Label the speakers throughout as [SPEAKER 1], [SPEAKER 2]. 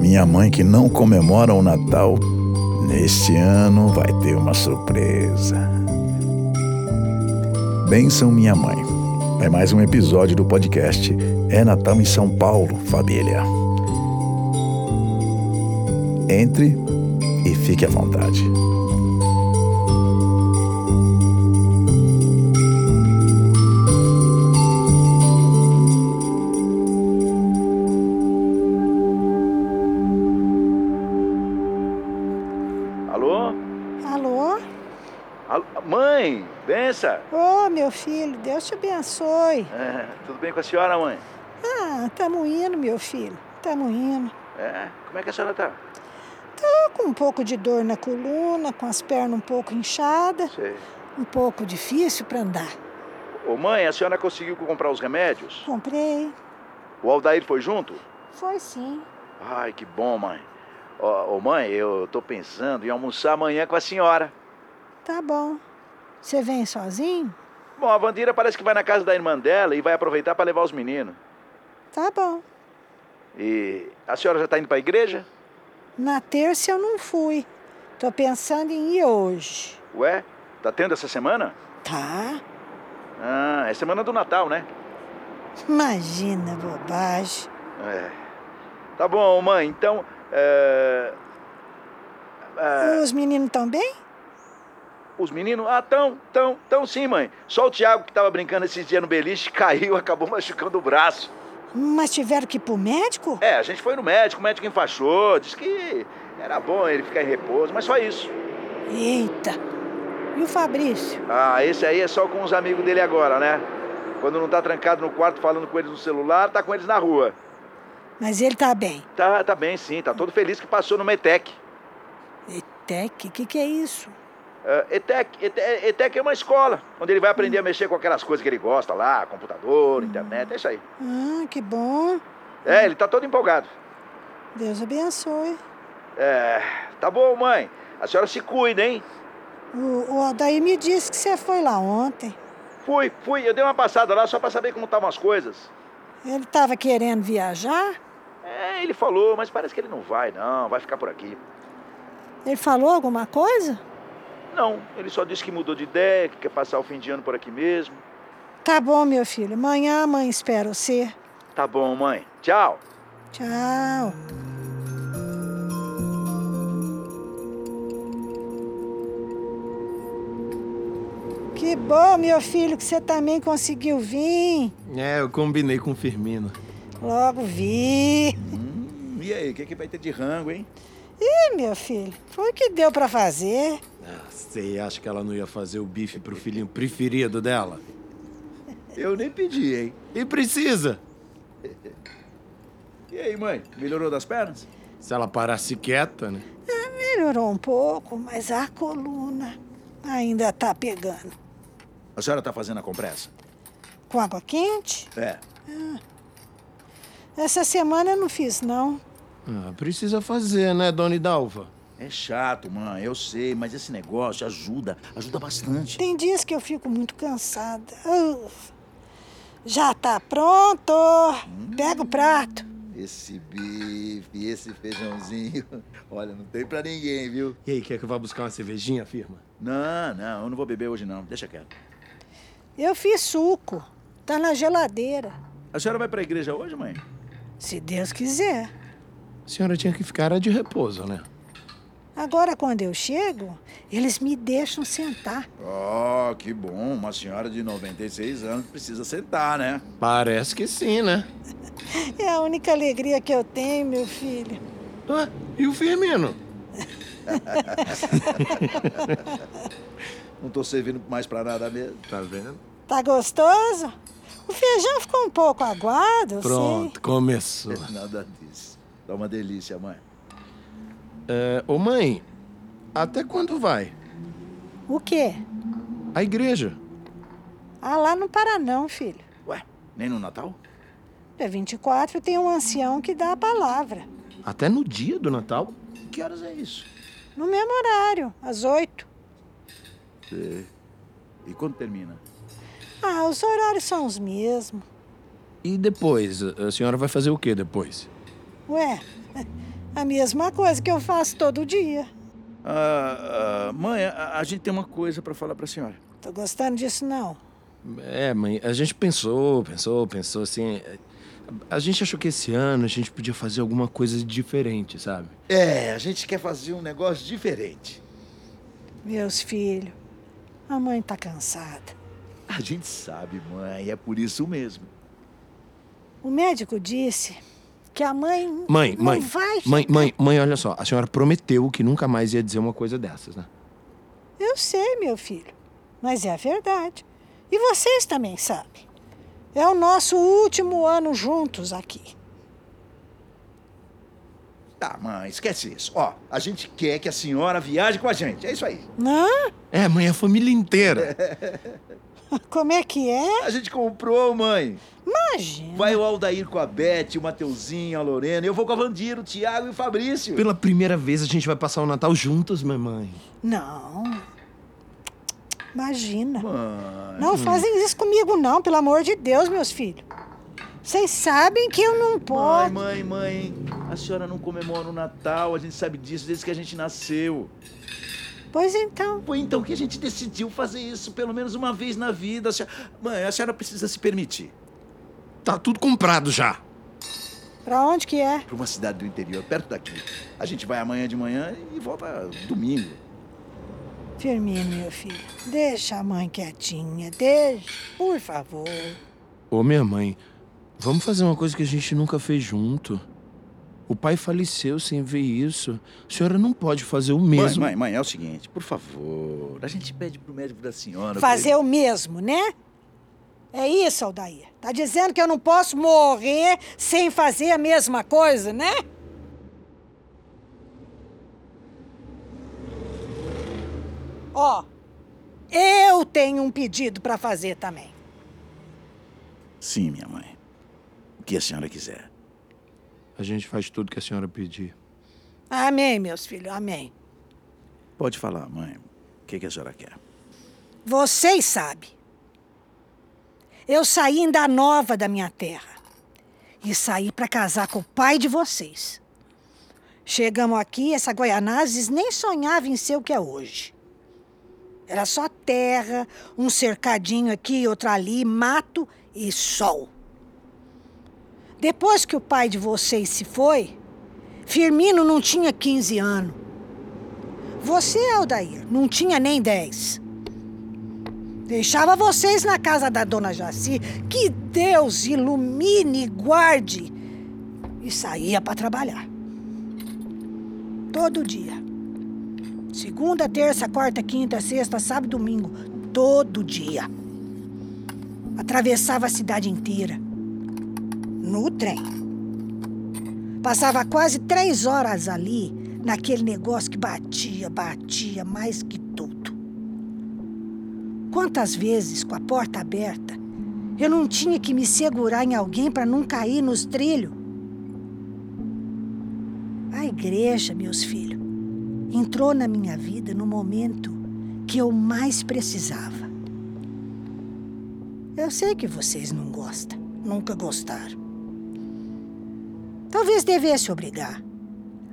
[SPEAKER 1] minha mãe que não comemoram o Natal, neste ano vai ter uma surpresa. Benção minha mãe. É mais um episódio do podcast É Natal em São Paulo, família. Entre e fique à vontade.
[SPEAKER 2] Alô?
[SPEAKER 3] Alô?
[SPEAKER 2] Alô? Mãe, bença!
[SPEAKER 3] Ô, meu filho, Deus te abençoe.
[SPEAKER 2] É, tudo bem com a senhora, mãe?
[SPEAKER 3] Ah, tamo indo, meu filho. Tamo indo.
[SPEAKER 2] É, como é que a senhora tá?
[SPEAKER 3] Tô com um pouco de dor na coluna, com as pernas um pouco inchadas,
[SPEAKER 2] Sei.
[SPEAKER 3] um pouco difícil pra andar.
[SPEAKER 2] Ô mãe, a senhora conseguiu comprar os remédios?
[SPEAKER 3] Comprei.
[SPEAKER 2] O Aldair foi junto?
[SPEAKER 3] Foi sim.
[SPEAKER 2] Ai, que bom, mãe. Ó, ô mãe, eu tô pensando em almoçar amanhã com a senhora.
[SPEAKER 3] Tá bom. Você vem sozinho?
[SPEAKER 2] Bom, a Vandira parece que vai na casa da irmã dela e vai aproveitar pra levar os meninos.
[SPEAKER 3] Tá bom.
[SPEAKER 2] E a senhora já tá indo pra igreja?
[SPEAKER 3] Na terça eu não fui. Tô pensando em ir hoje.
[SPEAKER 2] Ué, tá tendo essa semana?
[SPEAKER 3] Tá?
[SPEAKER 2] Ah, é semana do Natal, né?
[SPEAKER 3] Imagina, bobagem.
[SPEAKER 2] É. Tá bom, mãe, então. é, é,
[SPEAKER 3] Os meninos tão bem?
[SPEAKER 2] Os meninos, ah, tão, tão, tão sim, mãe. Só o Thiago que tava brincando esses dias no beliche caiu, acabou machucando o braço.
[SPEAKER 3] Mas tiveram que ir pro médico?
[SPEAKER 2] É, a gente foi no médico, o médico enfaixou, disse que era bom ele ficar em repouso, mas só isso.
[SPEAKER 3] Eita! E o Fabrício?
[SPEAKER 2] Ah, esse aí é só com os amigos dele agora, né? Quando não tá trancado no quarto falando com eles no celular, tá com eles na rua.
[SPEAKER 3] Mas ele tá bem.
[SPEAKER 2] Tá, tá bem sim, tá todo feliz que passou no ETEC.
[SPEAKER 3] ETEC? O que, que é isso?
[SPEAKER 2] Ah, ETEC, ETEC, ETEC é uma escola, onde ele vai aprender a mexer com aquelas coisas que ele gosta lá, computador, internet, é isso aí.
[SPEAKER 3] Ah, que bom.
[SPEAKER 2] É, ele tá todo empolgado.
[SPEAKER 3] Deus abençoe.
[SPEAKER 2] É, tá bom, mãe. A senhora se cuida, hein?
[SPEAKER 3] O, o Aldair me disse que você foi lá ontem.
[SPEAKER 2] Fui, fui. Eu dei uma passada lá só pra saber como estavam as coisas.
[SPEAKER 3] Ele tava querendo viajar?
[SPEAKER 2] É, ele falou, mas parece que ele não vai, não. Vai ficar por aqui.
[SPEAKER 3] Ele falou alguma coisa?
[SPEAKER 2] Não, ele só disse que mudou de ideia, que quer passar o fim de ano por aqui mesmo.
[SPEAKER 3] Tá bom, meu filho. Amanhã a mãe espera você.
[SPEAKER 2] Tá bom, mãe. Tchau.
[SPEAKER 3] Tchau. Que bom, meu filho, que você também conseguiu vir.
[SPEAKER 4] É, eu combinei com o Firmino.
[SPEAKER 3] Logo vi.
[SPEAKER 2] e aí, o que, que vai ter de rango, hein?
[SPEAKER 3] Ih, Ah, meu filho, foi o que deu pra fazer.
[SPEAKER 4] Ah, sei, acho que ela não ia fazer o bife pro filhinho preferido dela.
[SPEAKER 2] Eu nem pedi, hein?
[SPEAKER 4] E precisa!
[SPEAKER 2] E aí, mãe? Melhorou das pernas?
[SPEAKER 4] Se ela parasse quieta, né?
[SPEAKER 3] Melhorou um pouco, mas a coluna ainda tá pegando.
[SPEAKER 2] A senhora tá fazendo a compressa?
[SPEAKER 3] Com água quente?
[SPEAKER 2] É.
[SPEAKER 3] Essa semana eu não fiz, não.
[SPEAKER 4] Ah, precisa fazer, né, Dona Idalva?
[SPEAKER 2] É chato, mãe, eu sei, mas esse negócio ajuda, ajuda bastante.
[SPEAKER 3] Tem dias que eu fico muito cansada. Uf. Já tá pronto. Pega o prato.
[SPEAKER 2] Esse bife, esse feijãozinho, olha, não tem pra ninguém, viu?
[SPEAKER 4] E aí, quer que eu vá buscar uma cervejinha, firma?
[SPEAKER 2] Não, não, eu não vou beber hoje não. Deixa quieto.
[SPEAKER 3] Eu fiz suco. Tá na geladeira.
[SPEAKER 2] A senhora vai pra igreja hoje, mãe?
[SPEAKER 3] Se Deus quiser.
[SPEAKER 4] A senhora tinha que ficar de repouso, né?
[SPEAKER 3] Agora, quando eu chego, eles me deixam sentar.
[SPEAKER 2] Oh, que bom. Uma senhora de 96 anos precisa sentar, né?
[SPEAKER 4] Parece que sim, né?
[SPEAKER 3] É a única alegria que eu tenho, meu filho.
[SPEAKER 4] Ah, e o Firmino?
[SPEAKER 2] Não tô servindo mais pra nada mesmo.
[SPEAKER 4] Tá vendo?
[SPEAKER 3] Tá gostoso? O feijão ficou um pouco aguado, eu
[SPEAKER 4] Pronto, começou.
[SPEAKER 2] Nada disso. Tá uma delícia, mãe.
[SPEAKER 4] É, ô mãe, até quando vai?
[SPEAKER 3] sei. O quê?
[SPEAKER 4] A igreja.
[SPEAKER 3] Ah, lá não para não, filho. É
[SPEAKER 2] Ué, nem no Natal?
[SPEAKER 3] Dia 24 tem um ancião que dá a palavra.
[SPEAKER 4] Até no dia do Natal?
[SPEAKER 2] Que horas é isso?
[SPEAKER 3] No mesmo horário, às 8.
[SPEAKER 2] E quando termina?
[SPEAKER 3] Ah, os horários são os mesmos.
[SPEAKER 4] E depois? A senhora vai fazer o que depois?
[SPEAKER 3] Ué, A mesma coisa que eu faço todo dia.
[SPEAKER 1] Ah, ah, mãe, a, a gente tem uma coisa pra falar pra senhora.
[SPEAKER 3] Tô gostando disso, não.
[SPEAKER 4] É, mãe, a gente pensou, pensou, pensou assim. é, A gente achou que esse ano a gente podia fazer alguma coisa diferente, sabe?
[SPEAKER 2] É, a gente quer fazer um negócio diferente.
[SPEAKER 3] Meus filhos, a mãe tá cansada.
[SPEAKER 2] A gente sabe, mãe, é por isso mesmo.
[SPEAKER 3] O médico disse que a mãe,
[SPEAKER 4] Mãe,
[SPEAKER 3] não
[SPEAKER 4] mãe,
[SPEAKER 3] vai.
[SPEAKER 4] Mãe, mãe, mãe, olha só, a senhora prometeu que nunca mais ia dizer uma coisa dessas, né?
[SPEAKER 3] Eu sei, meu filho, mas é a verdade. E vocês também sabem. É o nosso último ano juntos aqui.
[SPEAKER 2] Tá, mãe, esquece isso. Ó, a gente quer que a senhora viaje com a gente. É isso aí.
[SPEAKER 3] Não?
[SPEAKER 4] É, mãe, a família inteira.
[SPEAKER 3] Como é que é?
[SPEAKER 2] A gente comprou, mãe.
[SPEAKER 3] Imagina.
[SPEAKER 2] Vai o Aldair com a Beth, o Mateuzinho, a Lorena. Eu vou com a Vandira, o Tiago e o Fabrício.
[SPEAKER 4] Pela primeira vez a gente vai passar o Natal juntos, mamãe.
[SPEAKER 3] Não. Imagina.
[SPEAKER 2] Mãe.
[SPEAKER 3] Não fazem isso comigo, não, pelo amor de Deus, meus filhos. Vocês sabem que eu não
[SPEAKER 2] Mãe,
[SPEAKER 3] posso.
[SPEAKER 2] mãe, mãe, a senhora não comemora o Natal, a gente sabe disso desde que a gente nasceu.
[SPEAKER 3] Pois então.
[SPEAKER 2] Foi então que a gente decidiu fazer isso pelo menos uma vez na vida. A senhora- Mãe, a senhora precisa se permitir.
[SPEAKER 4] Tá tudo comprado já.
[SPEAKER 3] Pra onde que é?
[SPEAKER 2] Para uma cidade do interior, perto daqui. A gente vai amanhã de manhã e volta domingo.
[SPEAKER 3] Firmino, meu filho. Deixa a mãe quietinha. Deixa, por favor.
[SPEAKER 4] Ô, minha mãe, vamos fazer uma coisa que a gente nunca fez junto. O pai faleceu sem ver isso. A senhora não pode fazer o mesmo.
[SPEAKER 2] Mãe, mãe, mãe, é o seguinte, por favor, a gente pede pro médico da senhora.
[SPEAKER 3] Fazer o mesmo, né? É isso, Aldair. Tá dizendo que eu não posso morrer sem fazer a mesma coisa, né? Ó, eu tenho um pedido pra fazer também.
[SPEAKER 2] Sim, minha mãe. O que a senhora quiser.
[SPEAKER 4] A gente faz tudo que a senhora pedir.
[SPEAKER 3] Amém, meus filhos, amém.
[SPEAKER 2] Pode falar, mãe. O que, que a senhora quer?
[SPEAKER 3] Vocês sabem. Eu saí ainda nova da minha terra e saí para casar com o pai de vocês. Chegamos aqui, essa Goianazes nem sonhava em ser o que é hoje. Era só terra, um cercadinho aqui, outro ali, mato e sol. Depois que o pai de vocês se foi, Firmino não tinha 15 anos. Você, Aldair, não tinha nem 10. Deixava vocês na casa da dona Jaci, que Deus ilumine e guarde. E saía para trabalhar. Todo dia. Segunda, terça, quarta, quinta, sexta, sábado, domingo. Todo dia. Atravessava a cidade inteira. No trem. Passava quase três horas ali, naquele negócio que batia, batia mais que tudo. Quantas vezes, com a porta aberta, eu não tinha que me segurar em alguém para não cair nos trilhos? A igreja, meus filhos, entrou na minha vida no momento que eu mais precisava. Eu sei que vocês não gostam, nunca gostaram. Talvez devesse obrigar,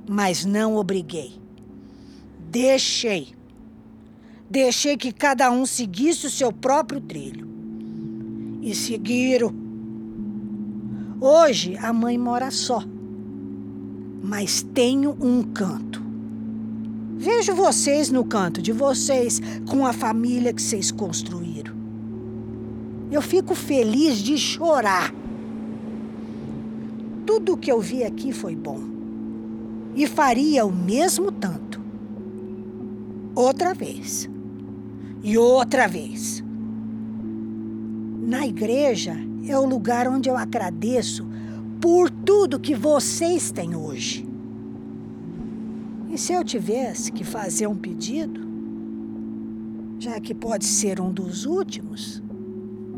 [SPEAKER 3] mas não obriguei. Deixei deixei que cada um seguisse o seu próprio trilho. E seguiram. Hoje a mãe mora só, mas tenho um canto. Vejo vocês no canto de vocês, com a família que vocês construíram. Eu fico feliz de chorar. Tudo o que eu vi aqui foi bom. E faria o mesmo tanto. Outra vez. E outra vez. Na igreja é o lugar onde eu agradeço por tudo que vocês têm hoje. E se eu tivesse que fazer um pedido, já que pode ser um dos últimos,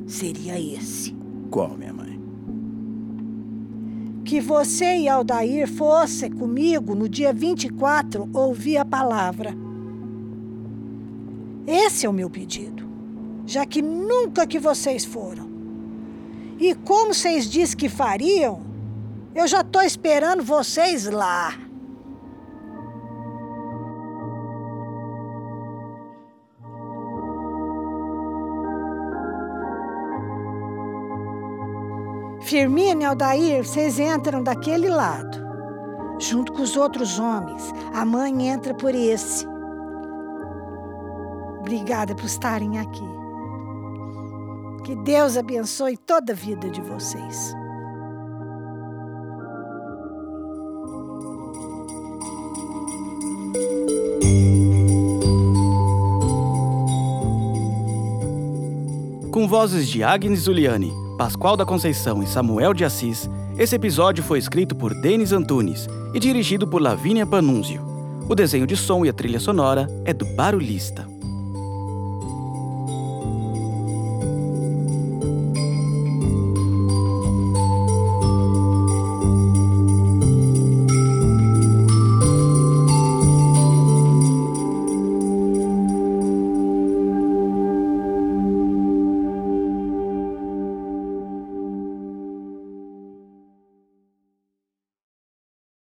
[SPEAKER 3] seria esse:
[SPEAKER 2] Qual, minha mãe?
[SPEAKER 3] que você e Aldair fossem comigo no dia 24 ouvir a palavra. Esse é o meu pedido, já que nunca que vocês foram. E como vocês dizem que fariam, eu já estou esperando vocês lá. Firmino e Aldair, vocês entram daquele lado, junto com os outros homens. A mãe entra por esse. Obrigada por estarem aqui. Que Deus abençoe toda a vida de vocês.
[SPEAKER 5] Com vozes de Agnes Zuliani, Pascoal da Conceição e Samuel de Assis, esse episódio foi escrito por Denis Antunes e dirigido por Lavínia Panunzio. O desenho de som e a trilha sonora é do Barulhista.